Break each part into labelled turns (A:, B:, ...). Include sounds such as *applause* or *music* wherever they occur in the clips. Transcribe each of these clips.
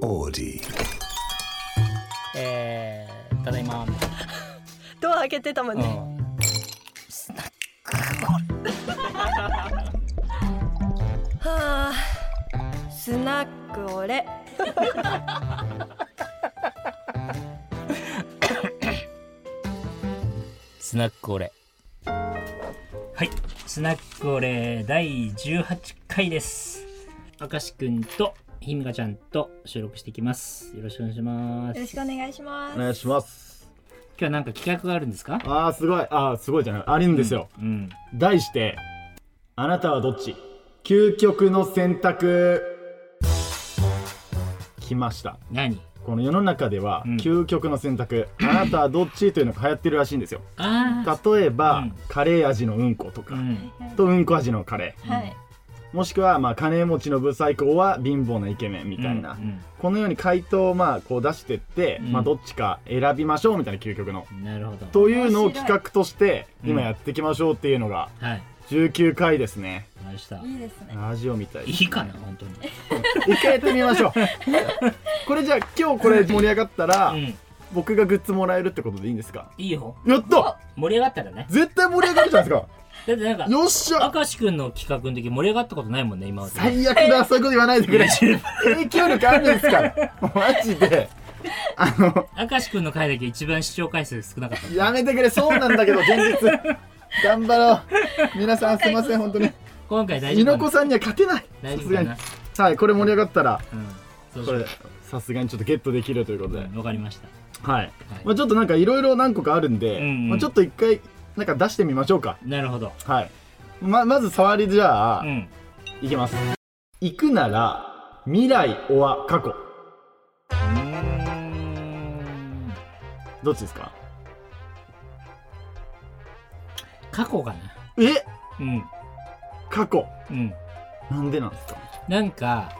A: オーディ
B: えー、ただいまみたい
C: ドア開けてたもん
B: な、
C: ね、
B: うん
C: はあスナックオレ
B: スナックオレはいスナックオレ第18回です明石くんとひみかちゃんと収録していきますよろしくお願いします
C: よろしくお願いしま
D: お願い
C: す
D: します
B: 今日はなんか企画があるんですか
D: あーすごいあーすごいじゃないあるんですよ、
B: うん
D: 題してあなたはどっち究極の選択来ました
B: 何
D: この世の中では、
B: うん
D: 究極の選択あなたはどっちというのが流行ってるらしいんですよ
B: ああ
D: 例えば、
B: うん
D: カレー味のうんこと
B: う
D: か、
B: ん
D: とうんこ味のカレ
C: はい
D: ーもしくは、まあ、金持ちのブサイクは貧乏なイケメンみたいな、
B: うん
D: このように回答をまあこう出してって、
B: うん
D: まあ、どっちか選びましょうみたいな究極の
B: うんなるほど
D: というのを
C: 面白い
D: 企画として
B: うん
D: 今やっていきましょうっていうのが
B: はいわか
D: 19回ですね、
B: りました
C: いいですね
D: ラジオみたい
B: いいかな本当に
D: 一回やってみ
B: *laughs*
D: ましょうこれじゃあ今日これ盛り上がったら、
B: うん
D: 僕がグッズもらえるってことでいいんですか
B: いいよ
D: やった
B: 盛り上がったらね
D: 絶対盛り上がるじゃないです
B: だってなんか
D: かよっしゃ
B: 明石くんの企画の時盛り上がったことないもんね今までね
D: 最悪だそういうこと言わないでくれ影響力あるんですからマジであの
B: 明石くんの回だけ一番視聴回数少なかった
D: やめてくれそうなんだけど現実頑張ろう皆さんすいません本当に
B: 今回大丈
D: 猪
B: 夫
D: 子さんには勝てない
B: 大
D: さ
B: 丈
D: す
B: 夫か
D: がに
B: な
D: はいこれ盛り上がったら
B: うんそうし
D: こ
B: よう
D: れさすがにちょっとゲットできるということで、
B: うんわかりました
D: は
B: は
D: い、
B: い
D: まあ、ちょっとなんかいろいろ何個かあるんで、
B: うんうん
D: まあ、ちょっと一回なんか出してみましょうか
B: なるほど
D: はいままず触りじゃあ、
B: うん
D: いきます行くなら未来おは過去どっちですか
B: 過去かな
D: え
B: うん
D: 過去
B: うん
D: なんでなんですか
B: なんか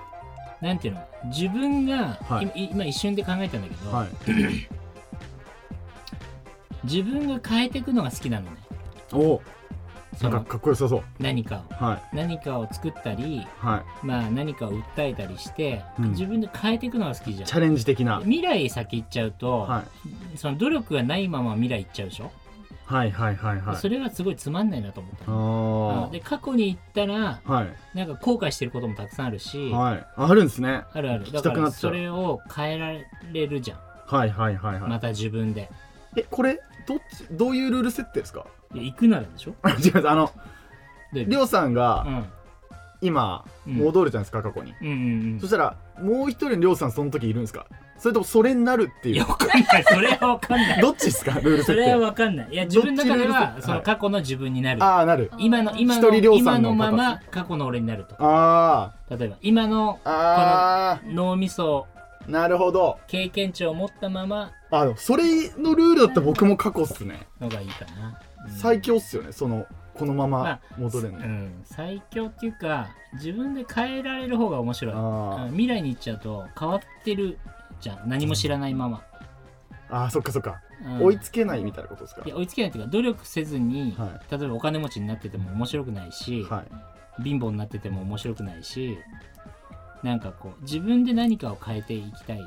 B: なんていうの自分が、
D: はい
B: 今今一瞬で考えたんだけど、
D: はい
B: 自分が変えていくのが好きなのね
D: おお
B: そ
D: なんか
B: の
D: かっこよさそう
B: 何かを
D: はい
B: 何かを作ったり、
D: は
B: まあ、何かを訴えたりして、
D: うん
B: 自分で変えていくのが好きじゃ
D: い
B: ん
D: チャレンジ的な、
B: 未来先行っちゃうと、
D: はい、
B: その努力がないまま未来行っちゃうでしょ、
D: はいはいはいはい
B: それがすごいつまんないなと思ったの
D: あ
B: うんで過去に行ったら
D: あはい
B: なんか後悔してることもたくさんあるし、
D: はいあるんですね
B: あるある
D: 聞
B: だか
D: きたくな
B: ら
D: っちゃ
B: そうれを変えられるじゃん、
D: はいはいはいはい、
B: また自分で
D: えこれどっちどういうルール設定ですか
B: いや行くならでしょ
D: *laughs* 違うあの
B: で
D: りょうさん
B: う
D: が
B: ん
D: 今
B: うん
D: 戻るじゃないですか、過去に
B: うんうん
D: そしたらもう一人りょうさんその時いるんですかそれともそれになるって
B: い
D: い
B: や
D: う
B: わかんないそれはわかんない
D: *laughs* どっちですかルール
B: そ
D: 設
B: れは
D: 定
B: わかんないいや自分の中で
D: どっちルー
B: は
D: ル
B: その過去の自分になる
D: ああなる
B: 今の今
D: 一
B: の
D: 人りょうさ
B: 今
D: んの
B: のまま過去の俺になると
D: あ
B: 例えば今の
D: ああ
B: 脳みそ
D: ーなるほど
B: 経験値を持ったまま
D: あのそれのルールだったら僕も過去っすね、
B: のがいいかな、うん
D: 最強っすよねそのこのまま戻れるの、
B: うん、最強っていうか自分で変えられる方が面白い
D: あ
B: うん
D: ー
B: 未来に行っちゃうと変わってるじゃん何も知らないまま、
D: あーそっかそっか、
B: うん
D: 追いつけないみたいなことですか
B: いや追いつけないっていうか努力せずに、
D: は
B: 例えばお金持ちになってても面白くないし、
D: はい
B: 貧乏になってても面白くないしなんかこう自分で何かを変えていきたい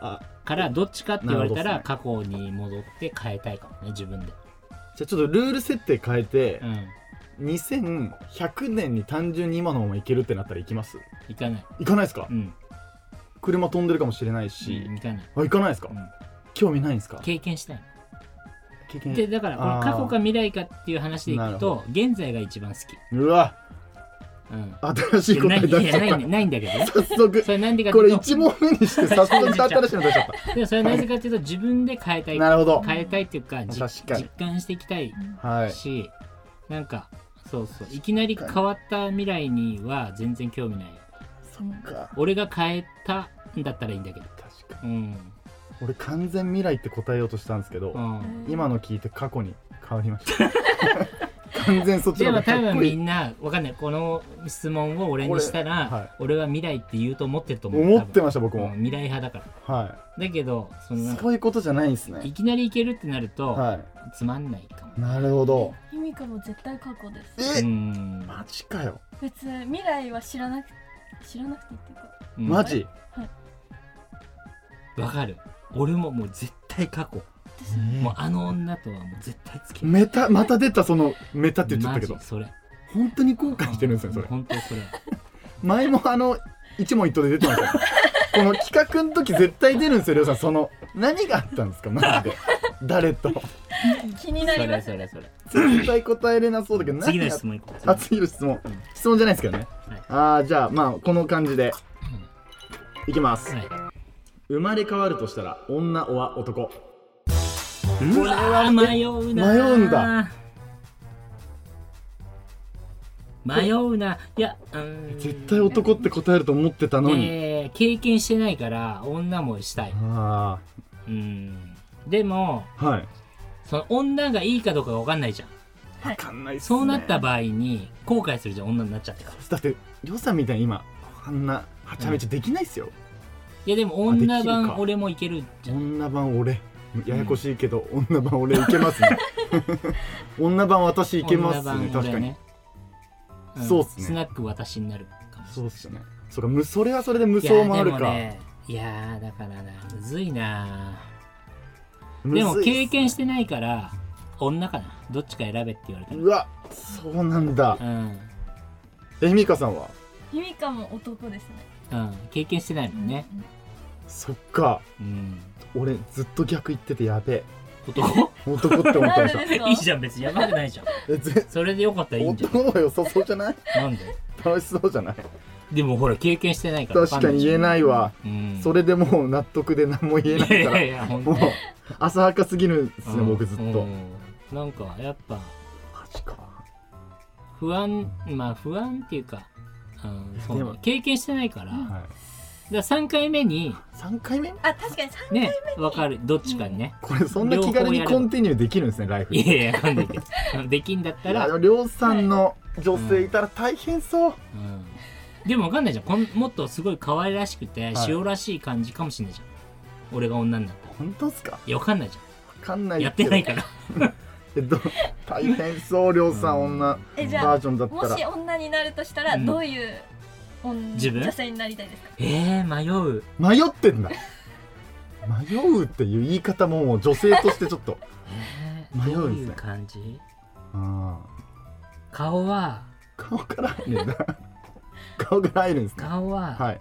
D: あ
B: からどっちかって言われたら
D: なる
B: 過去に戻って変えたいかもね自分で、
D: じゃあちょっとルール設定変えて
B: う、ん、
D: 2100年に単純に今のまま行けるってなったら行きます
B: 行かない、
D: 行かないですか、
B: うん、
D: 車飛んでるかもしれないし、
B: 行かない、
D: あ行かないですか、
B: うん
D: 興味ないんですか
B: 経験したい
D: 経験
B: でだからこの過去か未来かっていう話でいくと現在が一番好き、
D: うわ *laughs*
B: うん、
D: 新しい答え出
B: い
D: し
B: や
D: ちゃ
B: な
D: っ
B: い
D: た
B: んだないんだけ
D: *laughs*
B: どね
D: 早速
B: それなんでかってい
D: こ
B: う
D: れ
B: と
D: 一問目にして早速新しいの出しちゃっ
B: でもそれはなぜかっていうと自分で変えた
D: た
B: い
D: なるほど
B: 変えたいっていうかじ
D: 確かに
B: 実感していきたい
D: はい
B: し、なんかそうそういきなり変わった未来には全然興味ない
D: そっか
B: 俺が変えたんだったらいいんだけど
D: 確かに
B: うん、
D: 俺完全未来って答えようとしたんですけど、
B: うん、
D: 今の聞いて過去に変わりました *laughs* 完全そっち
B: で
D: の
B: も
D: 方
B: 多分
D: がかっこい
B: み
D: い
B: んなわかんないこの質問を俺にしたら俺,、
D: 俺はい
B: は未来って言うと思ってると思う
D: 思ってました
B: 多
D: 僕
B: 分
D: も、
B: うん未来派だから
D: は
B: だけどその
D: い
B: なんか
D: そういうことじゃないんです
B: い
D: ね
B: きなりいけるってなると、
D: は
B: つまんないかも
D: いなるほど
C: 意味かも絶対過去です
D: え
B: うん
D: マジかよ
C: 別に未来は知らなく
A: 知らなくて言ってた
B: うん
D: マジ
B: わかる俺ももう絶対過去
A: ですよね
B: もうあの女とはもう絶対付き合う
D: メタまた出たそのメタって言っちゃったけど
B: マジそれ
D: 本当に後悔してるんですよそれ
B: 本当それ
D: 前もあの一問一答で出て
B: *laughs*
D: ましたよこの企画の時絶対出るんですよりょうさんその何があったんですかマジで誰と
A: 気にな
B: そ
A: りま
B: れ
A: す
B: それそれ
D: 絶対答えれなそうだけど何
B: 次
D: が
B: の
D: あっ
B: 質問いこう
D: あ次の質問質問じゃないですけどね、
B: はい
D: ああじゃあまあこの感じで、いきます、
B: はい
D: 生まれ変わるとしたら女は男
B: これは迷うな
D: 迷うんだ
B: 迷うないやうーん
D: 絶対男って答えると思ってたのに、
B: えー経験してないから女もしたい
D: あ
B: うんでも
D: あはい
B: その女がいいかどうかわかんないじゃん
D: 分かんないっすね
B: そうなった場合に後悔するじゃん女になっちゃってから
D: だってりょうさんみたいに今あんなはちゃめちゃできないっすよ、
B: いやでも
D: あできるか
B: 女版俺もいけるじゃん
D: 女版俺ややこしいけど、女版俺いけます
B: *laughs*
D: ね女版私いけますね
B: 女版
D: 確
B: 俺
D: かに、
B: ねん
D: そうっすね
B: スナック私になるかもし
D: そうっすよねそうかむそれはそれで無双もあるか、
B: いやでもねいやーだからなむずいな
D: むず
B: で
D: いっす
B: も経験してないから女かなどっちか選べって言われた
D: うわそうなんだ
B: らうん、
D: えひみかさんは
A: ゆみかも男ですね
B: うん、経験してないもんね
D: そっか *laughs*
B: うん
D: 俺ずっと逆言っててやべえ
B: 男 *laughs*
D: 男って思って
A: なん
D: ま
A: で
D: した
A: ですか
B: いいじゃん別にやばくないじゃん
D: えぜ
B: それでよかったらいいんじゃ
D: 男は良さそうじゃな
B: ん
D: い
B: なんで
D: 楽しそうじゃない
B: でもほら経験してないから
D: 確かに言えないわ、
B: え、うん、
D: それでもう納得で何も言えない
B: い
D: か
B: や
D: ら
B: いや本当
D: もう浅はかすぎるんですね、
B: うん
D: 僕ずっと、
B: う
D: マ
B: んなんかやっぱ
D: ジか
B: 不安まあ不安っていうか、うん、そう
D: で
B: ね
D: も
B: 経験してないから,、だか
D: は
B: ら3回目に
D: い、3回目
A: あ確かにさ
B: ね分かるどっちかにね、
D: これそんな気軽にコンティニューできるんですねライフ
B: いやいやわかんないけど *laughs* できんだったら、
D: いや
B: う
D: でもりょうさんの女性いたら大変そう、
B: ん、でもわかんないじゃんこんもっとすごい可愛らしくて、
D: はい
B: 塩らしい感じかもしれないじゃん俺が女になったら
D: 本当っすかわ
B: いやわかんないじゃ
D: かんなんい
B: やってないから
D: *laughs*
B: ら
D: 大変そうりょうさん
B: うん
D: 女
A: えじゃ
D: バ
A: あ
D: ージョンだった
A: も
D: ら
A: し女になるとしたら
B: うん
A: どういう女
B: 自分
A: 女性になりたいですか
B: えー、迷う
D: 迷ってんだ迷うっていう言い方ももう女性としてちょっと
B: えー
D: 迷
B: ど
D: う
B: うん
D: ですね
B: いう感じ
D: うん
B: 顔は
D: 顔から入るんだ顔から入るんですか
B: 顔は、
D: はい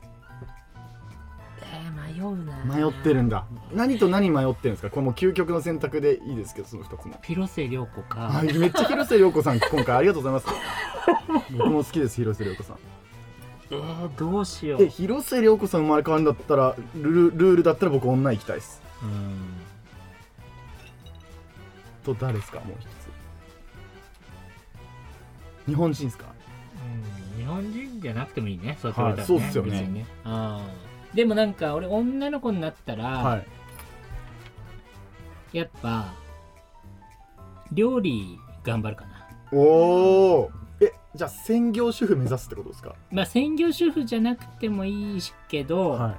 B: えー、迷うな
D: 迷ってるんだ何と何迷ってるんですかこれもう究極の選択でいいですけどその2つも
B: 広瀬涼子か、
D: はい、めっちゃ広瀬涼 *laughs* 子さん、今回ありがとうございます。僕も好きです、広瀬涼子 *laughs* さん。
B: えー、どうしよう
D: え、広瀬涼子さん生まれ変わるんだったら、ルルルールだったら僕女行きたいです。
B: うん
D: と誰ですか、もう一つ。日本人ですか。
B: うん日本人じゃなくてもいいねそうやって
D: は
B: 言
D: い
B: わ
D: そうっ
B: れ
D: す
B: た
D: よ
B: ら
D: ね
B: 別にねうんでもなんか俺女の子になったら、
D: はい。
B: やっぱ料理頑張るかな
D: おお。え、じゃあ専業主婦目指すってことですか。
B: まあ専業主婦じゃなくてもいいしけど、
D: は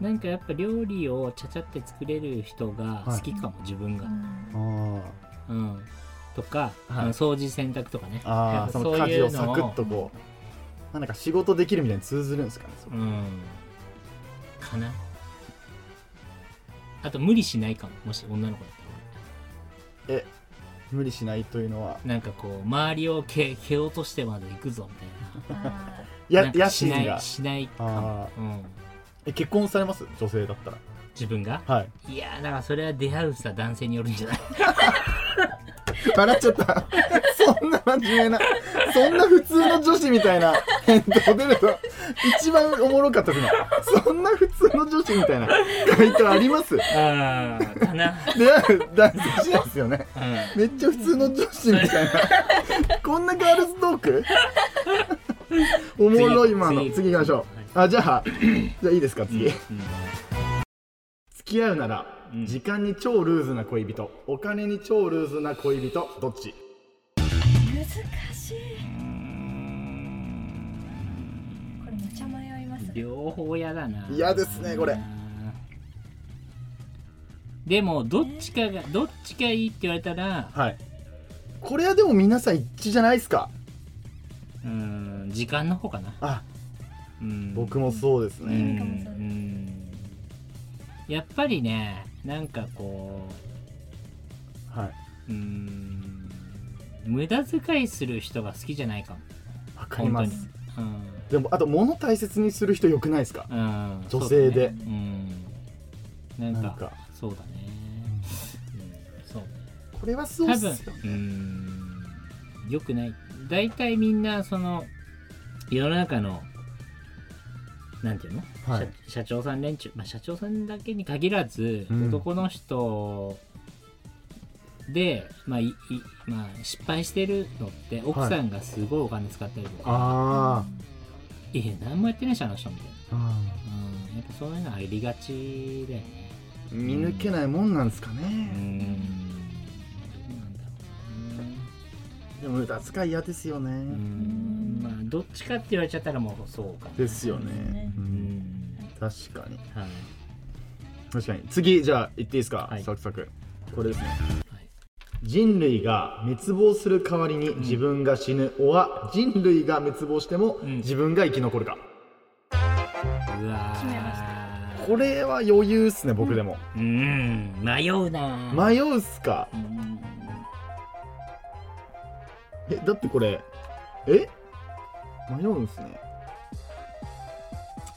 B: なんかやっぱ料理をちゃちゃって作れる人が好きかも、自分が、
D: い。あ
B: うん、とか、
D: はい
B: あの掃除洗濯とかね
D: あ。あ
B: やっ
D: あ、
B: ぱ
D: その
B: そう
D: 家
B: い
D: 事を
B: う
D: サ
B: のを
D: クッとこう。まあなんか仕事できるみたいに通ずるんですかね。それ
B: うんかなあと無理しないかももし女の子だったら
D: 無理しないというのは。
B: 俺なんかこう周りを蹴蹴落としてまで行くぞみたいな
A: あ
D: や
B: な、んか
D: 野
B: し
D: 心
B: な
D: が
B: い。しないかも
D: あ、
B: うん、
D: え、結婚されます、女性だったら。
B: 自分が *laughs*
D: はい。
B: いやーだからそれは出会うさ男性によるんじゃない
D: 笑っちゃった。 *laughs* そんな真面目な、そんな普通の女子みたいな返答出ると、一番おもろかったですね。そんな普通の女子みたいな回答ありますで、
B: あーかな、
D: 男性しないですよね。めっちゃ普通の女子みたいな。こんなガールズトー *laughs* クおもろい
B: 次
D: 今の。
B: 次
D: 次行きましょう。あ、じゃあ、じゃあいいですか、
B: うん
D: 次。付き合うなら、
B: うん
D: 時間に超ルーズな恋人、お金に超ルーズな恋人、どっち
A: ー難しいこれめちゃ迷いますね
B: 両方嫌だな
D: 嫌ですねこれ
B: でもどっちかがどっちがいいって言われたら
D: はい。これはでも皆さん一致じゃないですか。
B: うーん時間の方かな
D: あ、
B: うん
D: 僕もそうです
B: う
D: ね、
B: んうんやっぱりねなんかこ
D: はい。
B: ううん無駄遣いする人が好きじゃないかも
D: わかります
B: 本
D: でもあと物大切にする人良くないですか
B: 当にうん、うん、
D: 女性で、
B: そうだねうんなん
D: な
B: か
D: んか
B: そうだね、うん、そう
D: これはそう
B: 多
D: っす
B: 分
D: よ
B: うーん良くない大体みんなその世の中のなんていうの、
D: はい
B: 社社長さん連中、まあ、社長さんだけに限らず、
D: うん
B: 男の人で、まあいいまあ、失敗してるのって奥さんがすごいお金使ったりとか
D: あ
B: 「い、や何もやってないしあの人」みたいな、
D: ーあ
B: うん、やっぱそういうのありがちだよね
D: ー見抜けないもんなんですか
B: うー
D: ね、
B: んどうなんだろうね
D: でも無駄遣い嫌ですよね、
B: うんまあどっちかって言われちゃったらもうそうかな
D: ですよね、う
B: うんん
D: 確かに
B: はい
D: 確かに次じゃあ言っていいですか、
B: はい
D: サクサクこれですね
B: はい
D: 人類が滅亡する代わりに自分が死ぬ、おは人類が滅亡しても
B: うん
D: 自分が生き残るか、
B: うわー
A: 決めまし
D: これは余裕っすね僕でも、
B: うーん迷うな
D: 迷うっすか
B: うん
D: えだってこれえ迷うんすね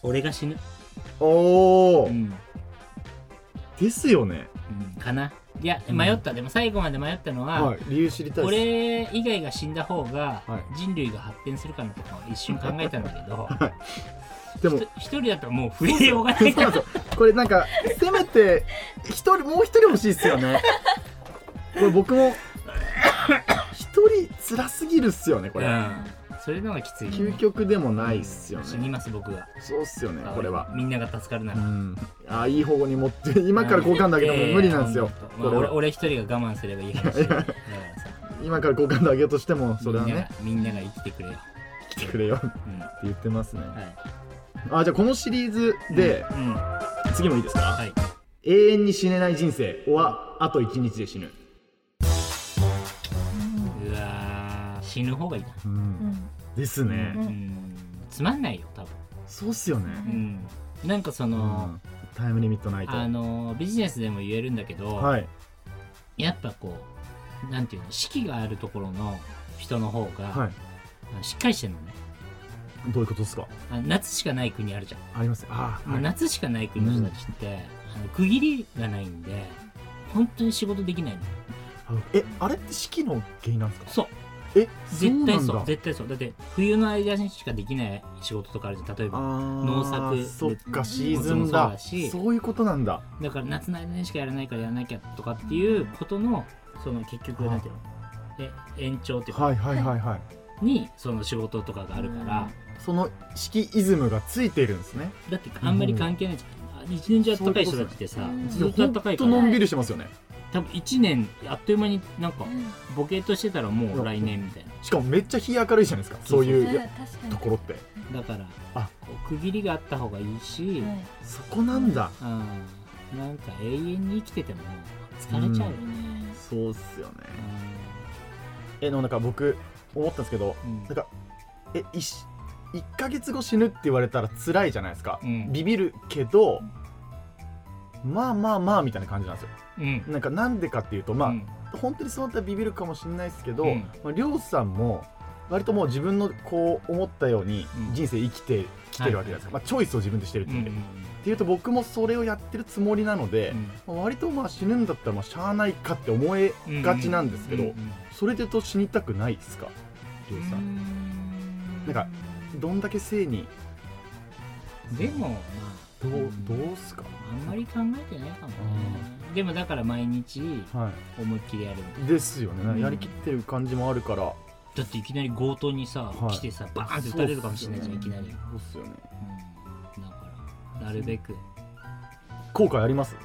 B: 俺が死ぬ
D: おお、
B: うん、
D: ですよね
B: うん、かないや
D: うん
B: 迷った、でも最後まで迷ったのは、
D: はい理由知りたいです
B: 俺以外が死んだ方が
D: は
B: 人類が発展するかなとか一瞬考えたんだけど、
D: でも
B: ひと一人だったらもう触れようがない
D: そうなんですよこれなんかせめて一人もう一人欲しいっすよねこれ僕も一人辛すぎるっすよねこれ、
B: うん、それのがきつい、ね、
D: 究極でもないっすよ
B: 死に
D: ね、
B: ます僕が
D: そうっすよねこれは
B: みんなが助かるな
D: う
B: ら、
D: んあいい方向に持って今から交換だけども
B: えー
D: 無理なんですよ、
B: まあ、
D: これ
B: 俺
D: は
B: 俺一人が我慢すればいい
D: *laughs*
B: 話だからさ
D: 今から交換だあげようとしてもそれは
B: みんな
D: ね
B: がみんなが生きてくれよ、
D: 来てくれよって
B: うんは
D: 言ってますね
B: い、
D: あじゃあこのシリーズで、
B: うんは
D: 次もいいですか、
B: い、
D: 永遠に死ねない人生おはあと一日で死ぬ、
B: うわー死ぬ方がいいな、
D: ですね、
B: う
A: うん
B: ん、つまんないよ多分、
D: そうっすよね、
B: うん、なんかその、
D: タイムリミットないと
B: あのビジネスでも言えるんだけど、
D: はい
B: やっぱこうなんていうの士気があるところの人の方が、
D: はい
B: あのしっかりしてるのね
D: どういうことですか
B: あの夏しかない国あるじゃん
D: ありますあー
B: もう
D: はい
B: 夏しかない国の人たちって、あの区切りがないんで本当に仕事できないの
D: えあれって四季の原因なんですか
B: そう
D: え
B: 絶対そう
D: なんだ
B: 絶対そうだって冬の間にしかできない仕事とかあるじゃん例え
D: あ
B: ば
D: ー
B: 農作で
D: そっかシーズン
B: も
D: だ
B: ちろんそうだし
D: そういうことなんだ
B: だから夏の間にしかやらないからやらなきゃとかっていうことのその結局
D: あ
B: なんていうのえ延長っていうか
D: はいはいはいはい
B: にその仕事とかがあるから
D: その四季イズムがついてるんですね
B: だってあんまり関係ないじゃんあ一年中あったかい人たちってさずっとあったかいか
D: ほんとの
B: ら
D: んびりしてますよね
B: 多分1年あっという間になんか
A: ん
B: ボケーっとしてたらもう来年みたいな
D: しかもめっちゃ日明るいじゃないですか
B: そ
D: そう
B: そう
D: うい
A: う
D: う
A: ん
D: いや
A: 確かに
D: ところって
B: だから
D: あ
B: こう区切りがあった方がいいし、
A: はい
D: そこなんだ
B: うんなんか永遠に生きてても疲れちゃうよね、
D: そうっすよね
B: う
D: えでもなんか僕思ったんですけど
B: んうん
D: なんかえいし1ヶ月後死ぬって言われたら辛いじゃないですか、
B: うん
D: ビビるけどまあまあまあみたいな感じなんですよ
B: うん
D: なんかなんでかっていうとまあ、
B: うん
D: 本当にそうだったらビビるかもしれないですけど、
B: うん
D: まあ、りょうさんも割ともう自分のこう思ったように
B: うん
D: 人生生きてきてるわけじゃないですか、まあ、チョイスを自分でしてるって
B: う
D: いうんんで、っていうと僕もそれをやってるつもりなので、まあ割とまあ死ぬんだったらまあしゃあないかって思え
B: うん
D: がちなんですけど、
B: うんうん
D: それでと死にたくないですかりょうさん、なんかどんだけ性に
B: でもまあ
D: どう
B: うん
D: どうすか
B: あんまり考えてないかもねでもだから毎日
D: は
B: 思いっきりやるみたいない
D: ですよね、
B: うん
D: やりきってる感じもあるから
B: だっていきなり強盗にさ、
D: はい
B: 来てさバーンって撃たれるかもしれないじゃんいきなり、うん、だ
D: そうっすよね
B: からなるべく
D: 後悔あります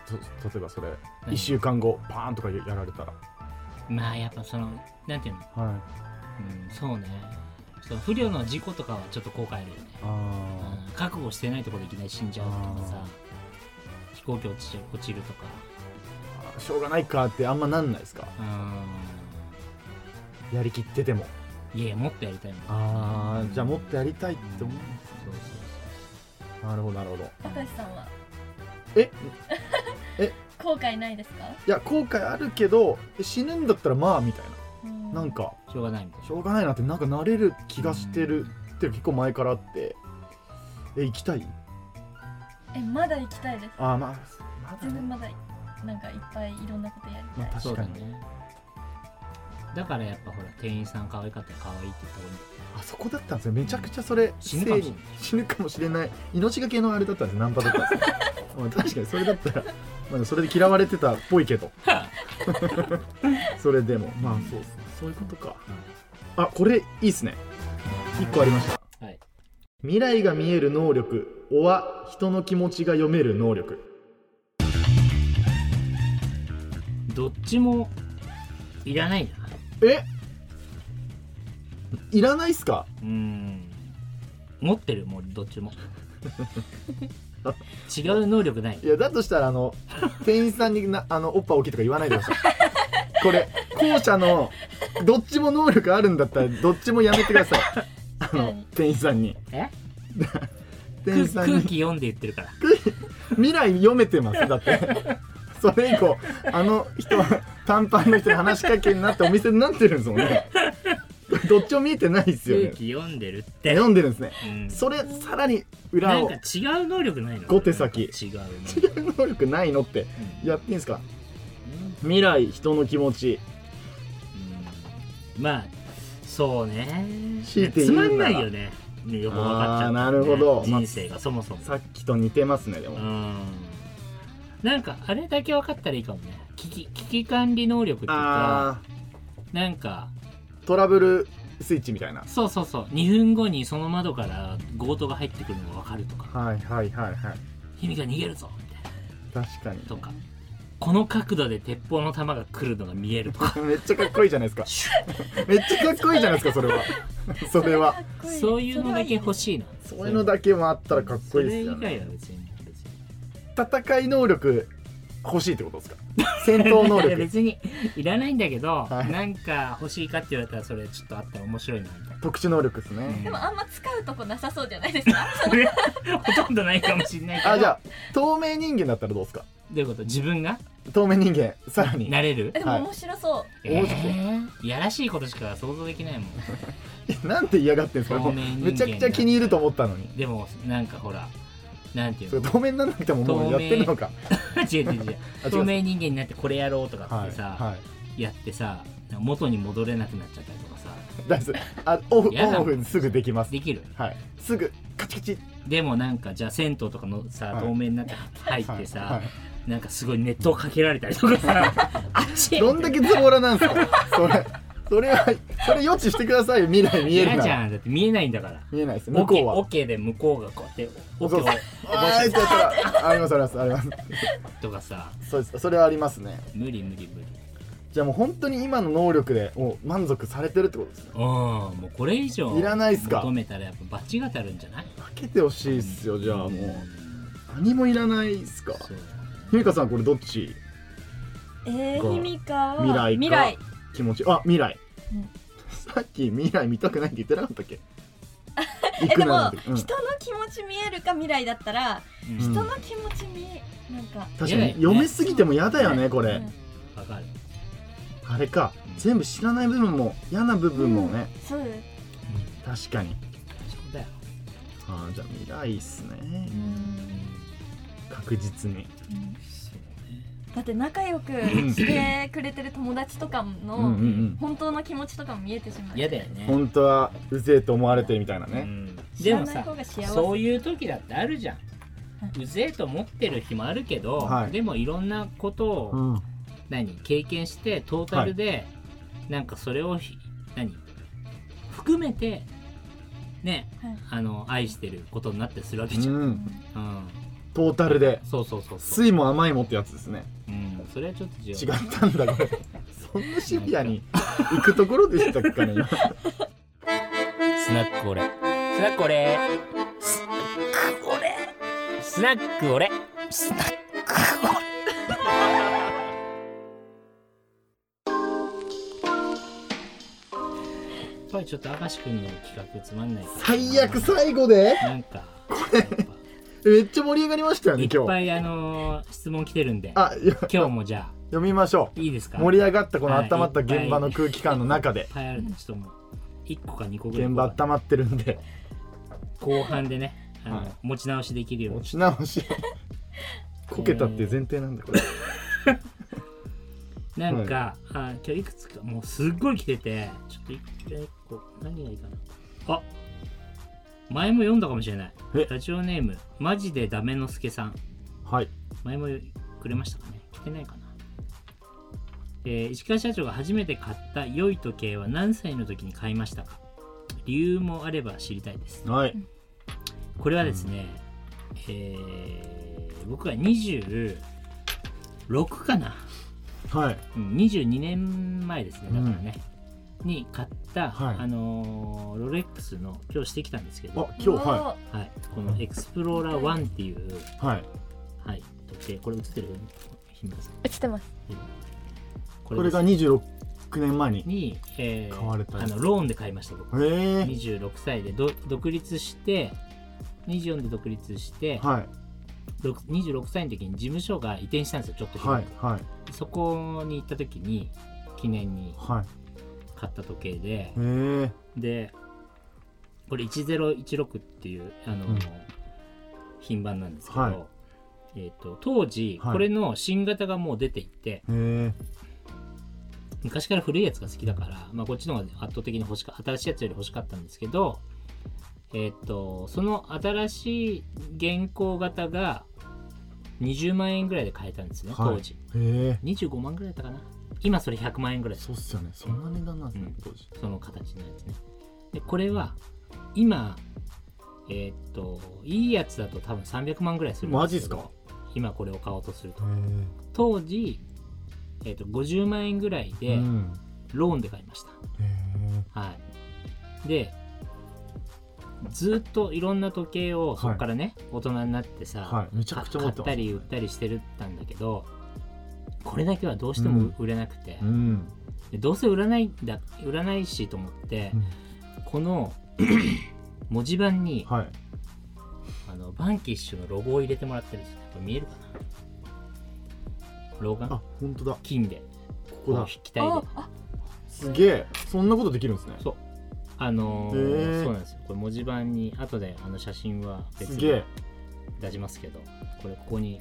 D: と例えばそれ
B: 何
D: 1週間後パーンとかやられたら
B: まあやっぱそのなんていうの、
D: はい
B: うん、そうねその不慮の事故とかはちょっと後悔あるよね
D: あ
B: うん覚悟してないところでいきなり死んじゃうとかさ飛行機落ちちゃう落ちるとか
D: ーしょうがないかってあんまなんないですか
B: う
D: やりきってても
B: んいやいやもっとやりたいもん
D: ああじゃあもっとやりたいって思うんですね
B: そうそうそう
D: なるほどなるほど
A: 高橋さんは
D: え *laughs*
A: 後悔ないですか
D: いや後悔あるけど死ぬんだったらまあみたいな
A: な
D: なんか
B: しょうがないみたいな
D: しょうがないなってなんか慣れる気がしてるって結構前からあってえ行きたい
A: えまだ行きたいです
D: あーまあまだ
A: 全然ま
D: ね
A: だなんかいっぱいいろんなことやり
D: ま
A: たい
D: あ
B: そう
D: 確か
B: だ
D: に
B: ねだからやっぱほら店員さん可愛かったら可愛いって言った方がいい
D: あそこだったんですよめちゃくちゃそれ
B: 死ぬかもしれない
D: 生理死ぬかもしれない命がけのあれだったんですナンパだったんですね
B: *laughs*
D: まあ確かにそれだったら、まあ、それで嫌われてたっぽい
B: *laughs*
D: けどそれでもまあそうっすねそういうことかあこれいいっすね1個ありました
B: はい
D: 未来が見える能力おは人の気持ちが読める能力
B: どっちもいらないな
D: えいらないっすか
B: うーん持ってるもうどっ
D: *laughs*
B: ちも違う能力ない
D: いやだとしたら
B: *laughs*
D: あの店員さんになあのおっぱい大きいとか言わないでくださいこれ後者のどっちも能力あるんだったらどっちもやめてくださいあの店員さんに
B: え
D: *laughs* 店員
B: 空
D: さん
B: 空
D: に
B: 気読んで言ってるから
D: 未来読めてます
B: *laughs*
D: だってそれ以降あの人は短パンの人に話しかけになってお店になってるんですもんねどっちも見えてないですよ
B: 空
D: ね
B: 気読んでるって、
D: 読んでるんですね
B: うん
D: それさらに
B: な
D: 裏
B: ん
D: を
B: か違う能力ないの
D: 五手先
B: 違う能
D: 違
B: 力
D: う *laughs* 能力ないのって
B: うん
D: やっていいんですか未来人の気持ち
B: うんまあそうね
D: 強いて
B: つ
D: 言うな
B: ま
D: ら
B: んないよねねよく分かっちゃう、ね、
D: あーなるほど
B: 人生がそもそも、
D: さっきと似てますねでも、
B: うんなんかあれだけ分かったらいいかもね危機危機管理能力っていうか
D: あ
B: なんか
D: ートラブルスイッチみたいな
B: そうそうそう2分後にその窓から強盗が入ってくるのが分かるとか
D: はいはいはいはい
B: 「君が逃げるぞ」みたいな
D: 確かに
B: とか「この角度で鉄砲の弾が来るのが見える」とか
D: めっちゃかっこいいじゃないですか
B: シ *laughs*
D: めっちゃかっこいいじゃないですかそれはそれは
B: そういうのだけ欲しいな
D: そういうのだけもあったらかっこいいですよ
B: それ以外
D: ね
B: は別に別に
D: 戦い能力欲しいってこ
B: *laughs*
D: とですか戦闘能
B: いや
D: 力
B: 別にいらないんだけど、
D: はい
B: なんか欲しいかって言われたらそれちょっとあったら面白いなみたいな *laughs*
D: 特殊能力ですね
A: でもあんま使うとこなさそうじゃないですか
B: ほとんどないかもしれないけど
D: あじゃあ透明人間だったらどうですか
B: どういうこと自分が
D: 透明人間さらに
B: なれる
A: でも面白そう、
D: 大きく
B: いやらしいことしか想像できないもん
D: なんて嫌がってんすか
B: 透明人間
D: めちゃくちゃ気に入ると思ったのに
B: でもなんかほらなんてい
D: そうれ
B: の
D: 透明にならなくてももうやってるのか
B: *laughs* 違う違う違う
D: あ違う
B: 透明人間になってこれやろうとかっ
D: は
B: て
D: い
B: さ、
D: はい
B: やってさ元に戻れなくなっちゃったりとかさ
D: 大丈夫あオフ
B: 嫌だ
D: オフすぐできます
B: できる
D: はいすぐカチカチ
B: でもなんかじゃあ銭湯とかのさ、
D: はい
B: 透明になって入っ
D: はい
B: てさ、
D: は
B: なんかすごいネットをかけられたりとかさあっち
D: いどんだけズボラなんですかそれそれはそれ予知してくださいよ未来 *laughs* 見える
B: 嫌
D: な
B: じ
D: ら
B: ゃんだって見えないんだから
D: 見えないです
B: オ
D: 向
B: ケ
D: こう
B: オ
D: は
B: ケで向こうがこうやってオケ
D: そ
B: を
D: うそうあーえっとやったらありますありますあります
B: とかさ
D: そうですそれはありますね
B: 無理無理無理
D: じゃあもう本当に今の能力でもう満足されてるってことですね
B: うんもうこれ以上
D: いらないっすか
B: 求めたらやっぱ罰が当たるんじゃない
D: 分けてほしいっすよじゃあもうん何もいらないっすか
B: そう
D: ひみかさんこれどっち
A: え
D: が
A: ー、ひみかは
D: 未来か
A: 未来
D: 気持ちあ未来、
A: うん
D: さっき未来見たくないって言ってなかったっけ行
A: えで
D: く
A: も、
D: なって、うん
A: 人の気持ち見えるか未来だったら、
B: うん
D: うん
A: 人の気持ち見えなんか
D: 確か
B: 嫌だ
D: に
B: よね
D: 読めすぎても嫌だよねこれ、
A: うん
B: わかる
D: あれか
B: うん
D: 全部知らない部分も嫌な部分もね、
A: そうです
D: 確かに
B: そうだよ
D: あーじゃあ未来っすね
A: うん
D: 確実に
A: うん
B: そうね
A: だって仲良くしてくれてる友達とかの、
D: うんうんうん
A: 本当の気持ちとかも見えてしまう
B: 嫌だよね
D: 本当はうぜえと思われてるみたいな
B: う
D: ね、
B: ん
A: 知
B: で
A: ら
B: も
A: ない
B: さ
A: 方が幸せ
B: そういう時だってあるじゃん
A: う
B: うぜえと思ってる日もあるけど、
D: はい
B: でもいろんなことを、
D: うん、
B: 何経験してトータルで、なんかそれをひ何含めてね、
A: はい
B: あの愛してることになってするわけ
D: う
B: じゃん、うん
D: ん、トータルで
B: そうそうそうそう、
D: 酸いも甘いもってやつですね
B: うん、それはちょっと違う
D: 違ったんだこれそんなシビアに行くところでしたっけかね今
B: スナックオレスナックオレスナックオレスナックオレスナックオレやっぱりちょっと明石君の企画つまんない
D: 最悪最後で
B: なんか、やっぱ
D: めっちゃ盛り上がりましたよ
B: い
D: ね
B: っ
D: 今
B: ぱ
D: 日
B: いあのー質問来てるんで
D: あよ
B: 今日もじゃあ
D: 読みましょ
B: いいです
D: う
B: か
D: 盛り
B: いっ
D: 上がったこの
B: はい
D: 温まった現場の空気感の中で
B: ぱいあるんでちょっともう1個か2個ぐらい
D: 現場温まってるんで
B: 後半でねあの、
D: はい
B: 持ち直しできるよう
D: 持
B: に
D: ち直しこけたっていう前提なんだこれ
B: なんか、あ今日いくつかもうすっごい来ててちょっと一個何がいいかなあ前も読んだかもしれない
D: え
B: ラジオネームマジでダメのすけさん
D: はい
B: 前もくれましたかね来てないかな、えー石川社長が初めて買った良い時計は何歳の時に買いましたか理由もあれば知りたいです
D: はい
B: これはですね、えー僕が26かな
D: はい
B: うん22年前ですねだからね、に買った、
D: はい
B: あのーロレックスの今日してきたんですけど、
D: あ今日は
B: はい、このエクスプローラー1っていう、
D: いはい
B: はい、時計これ映ってる日村さん
C: 映ってます
B: こ
D: これ
B: です
D: が26年前に
B: に、えー
D: 買われた
B: あのローンで買いました僕
D: へえ
B: 26歳でど独立して24で独立して、
D: はい
B: ろく26歳の時に事務所が移転したんですよちょっと
D: は
B: 広
D: い
B: く、
D: はい
B: そこに行った時に記念に
D: はい
B: 買った時計で
D: へえ
B: でこれ1016っていうあの、
D: うん
B: 品番なんですけど、
D: はい
B: えー、と当時
D: はい
B: これの新型がもう出ていて、
D: へえ
B: 昔から古いやつが好きだから、まあ、こっちの方が圧倒的に欲しか新しいやつより欲しかったんですけどえーっとその新しい現行型が20万円ぐらいで買えたんですね、
D: はい
B: 当時
D: へえ
B: 25万ぐらいだったかな今それ100万円ぐらいです
D: そうっすよねそんな値段なんです
B: う
D: ね
B: ん
D: 当時
B: その形のやつねでこれは今えーっといいやつだと多分300万ぐらいするん
D: マジ
B: で
D: っ
B: す
D: す
B: けど
D: かへ
B: 今これを買おうとすると
D: え
B: 当時、えーっと50万円ぐらいで
D: うん
B: ローンで買いました、
D: へえ
B: はい、でずっといろんな時計を
D: い
B: そこからね、大人になってさ、
D: はいめちゃ
B: か
D: くちゃ持
B: 買
D: っ
B: って
D: ます
B: たり売ったりしてるたんだけどこれだけはどうしても売れなくて、
D: うん
B: でどうせ売らないんだ売らないしと思って、
D: うん
B: この *clears throat* 文字盤に、
D: はい
B: あのバンキッシュのロゴを入れてもらったりしてこれ見えるかな老眼
D: あ本当だ
B: 金で
D: ここ
B: こう
D: だ
B: 引きたいで
D: すげえそんなことできるんですね
B: そうあのー
D: へー
B: そうなんですよこれ文字盤に後であの写真は別
D: す
B: に
D: げえ
B: 出しますけどこれここに、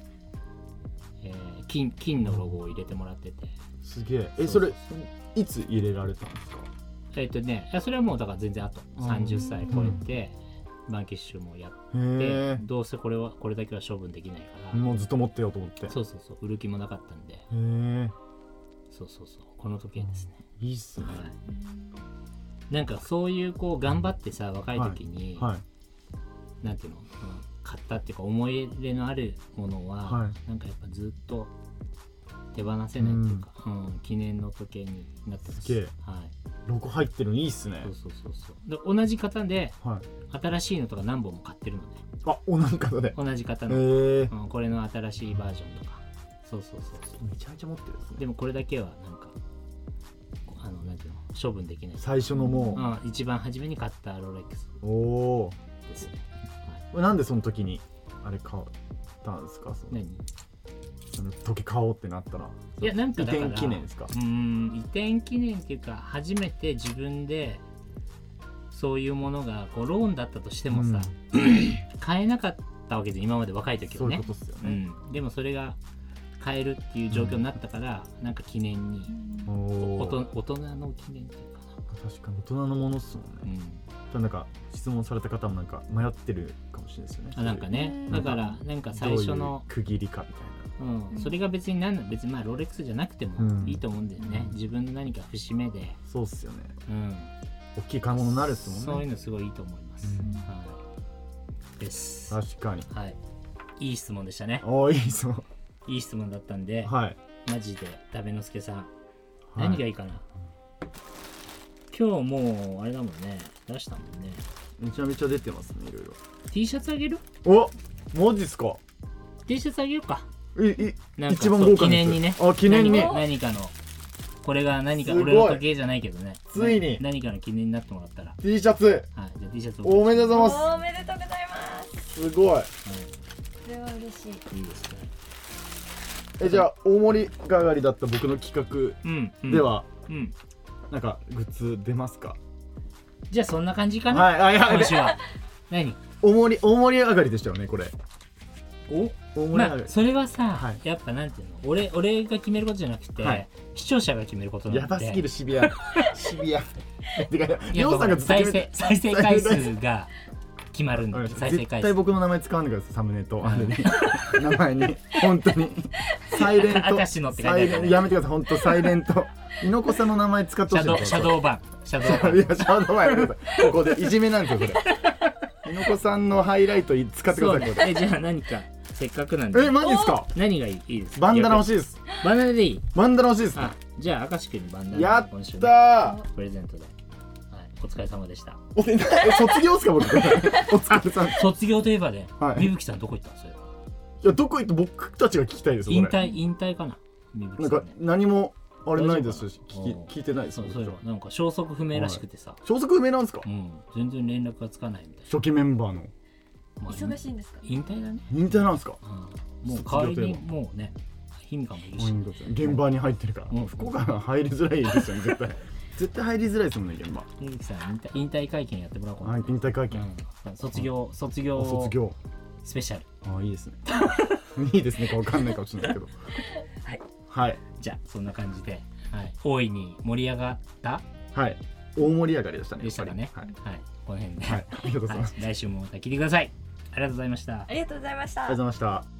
B: えー金金のロゴを入れてもらってて
D: すげええ
B: そ
D: そう
B: そう
D: れいつ入れられたんですか
B: えっ、とねいやそれはもうだから全然あと
D: うん
B: 30歳超えて、バンキッシュもやっ
D: へ
B: て、
D: え
B: どうせこれはこれだけは処分できないから、
D: もうずっと持ってようと思ってへ
B: そうそうそう売る気もなかったんで
D: え
B: そうそうそうこの時計ですね、
D: いいっすね
B: はい、なんかそういうこう頑張ってさ若い時に、
D: はい
B: なんていうのその買ったっていうか思い入れのあるものは、
D: は
B: なんかやっぱずっと手放せないっていうか、うん記念の時計になってます
D: すげえ
B: はい、
D: ロゴ入ってるのいいっすね
B: そうそうそうそうで同じ型で
D: はい
B: 新しいのとか何本も買ってるので
D: あおなんかだね
B: 同じ型
D: へ
B: の、
D: え
B: うん、これの新しいバージョンとかそうそうそうそ
D: めちゃめちゃ持ってるっす
B: う
D: ね
B: でもこれだけはなんかこあのなんていうの処分できない、
D: 最初のも
B: うん、一番初めに買ったロレックス
D: うお
B: ですね、はい、
D: おなんでその時にあれ買ったんですかその
B: 何
D: その時計買おうってなったら
B: いやなんか
D: 移
B: だから
D: 転記念ですか
B: うーん移転記念っていうか初めて自分でそういうものがこうローンだったとしてもさ、買えなかったわけです今まで若い時
D: そ
B: は
D: うい
B: ね
D: うことっすよ
B: う
D: ね
B: ん、でもそれが買えるっていう状況になったから、なんか記念に
D: お
B: お
D: お
B: と大人の記念っていうかな、
D: 確かに大人のものっすもんね
B: うん、
D: ただなんか質問された方もなんか迷ってるかもしれないですよね
B: あなんかね
C: うん
B: だからなんか最初の
D: どういう区切りかみたい
B: うん、それが別に何なん別にまあロレックスじゃなくて
D: う
B: も
D: ん
B: いいと思うんだよね、自分の何か節目で、
D: なそうっすよね
B: うん、
D: 大きい買い物になるっすもんね
B: そういうのすごいいいと思います、
D: うん
B: はいです
D: 確かに
B: はい。いい質問でしたね。
D: おおいいそう
B: いい質問だったんで、
D: はい
B: マジで、ダベノスケさん、
D: はい
B: 何がいいかな今日もう、あれだもんね、出したもんね。
D: めちゃめちゃ出てますねいろい
B: T シャツあげる
D: ろおマジっすか
B: ?T シャツあげようか。
D: いい
B: なんか
D: 一番豪
B: そ
D: 華なやつ
B: う記念にね。
D: あ記念に
B: 何か何かの、これが何か、
D: すごい
B: 俺の時計じゃないけどね。
D: ついに
B: な何かの記念になってもらったら。
D: T シャツ
B: はい。じゃあ T シャツを
D: おめでとうございま
C: おめでとうございます
D: すすごい
B: はい
A: れは嬉しい
B: いいですね
D: えじゃあ大盛り上がりだった僕の企
B: うん、う
D: 画
B: ん
D: では、
B: うん
D: なんかグッズ出ますか、
B: じゃあそんな感じかな
D: はいあいや
B: 今週は何
D: 大盛り大盛り上がりでしたよねこれ
B: お
D: 大盛り上
B: ま
D: が
B: あ
D: り、
B: それはさ、
D: はい
B: やっぱなんていうの俺俺が決めることじゃなくて、
D: はい
B: 視聴者が決めることなんで
D: やばすぎるシビアシ
B: *laughs*
D: ビアてか
B: い
D: り
B: や
D: ょうさんがずっと
B: 再
D: 決め
B: 生
D: て
B: 再生回数が決まるんだ
D: わかり
B: よ
D: ました
B: 再生
D: 絶
B: 回
D: 対
B: 数
D: 僕の名前使わないでくださいサムネと、
B: ん
D: あれに *laughs* 名前に本当にサイレン
B: あ *laughs*
D: ト
B: たしのって書いてある
D: サイ
B: から
D: レ
B: ね
D: ンやめてください本当サイレント猪子さんの名前使って
B: シャ
D: ほしいん
B: ド
D: で
B: ウ
D: す
B: シ
D: よ
B: ャドウ版シャドウ版
D: い *laughs* や、シャドウはやめてください。ここでいじめなんですよ、これ。猪子さんのハイライト使ってくだ
B: そう
D: さい、こ
B: ね
D: こ
B: えじゃあ何かせっかくなん
D: で。え、
B: で
D: マジですか
B: 何がいいいいです
D: バンダナ欲
B: しい
D: しいです。
B: バンダナでいい
D: バンダナ欲しいです。
B: あじゃあ明石君にバンダナ
D: や
B: 今週
D: っ
B: の
D: たー
B: プレゼントで、はい、お疲れ様でした
D: おえな卒業っすか、僕。お疲れさん。い
B: 卒業といえばね、
D: はい
B: みぶきさんどこ行ったんそれ
D: や、どこ行って僕たちが聞きたいです、
B: 引
D: これ。
B: 退引退かなみぶ
D: な
B: きさ
D: んか
B: ん、ね
D: 何も、あれないですし、
B: 大丈夫かな
D: 聞き聞いてないです、
B: そう
D: 僕
B: そういえばなんか消息不明らしくてさ、
D: 消息不明なんですか
B: うん全然連絡がつかないみたい
D: 初期メンバーの。
B: な、まあ
A: 忙しいんですか
B: 引退だね
D: 認定なんですか
B: うんもう代わりにもうね、ヒミカもいるし、
D: 現場に入ってるから、
B: うん
D: 福岡は入りづらいですよね、絶対。 *laughs* 絶対入りづらいですもんね、現場。
B: みずきさん引退引退会見やってもらおうかな、
D: はい、引退会見。
B: うん卒業、卒業
D: あ卒業。
B: スペシャル。
D: ああいいですね *laughs* いいですねかわかんないかもしれないけど
B: はい
D: はい
B: じゃあ、そんな感じで、はい、大いに盛り上がった
D: はい大盛り上がりでしたね
B: でしたかね。
D: や
B: は
D: っ
B: い
D: ぱ、
B: この辺で、
D: りはい、はい、ありがとうございます、
B: はい来週もまた聞いてください。ありがとうございました
A: あ。りがとうございまし
D: あ
A: た
D: りがとうございました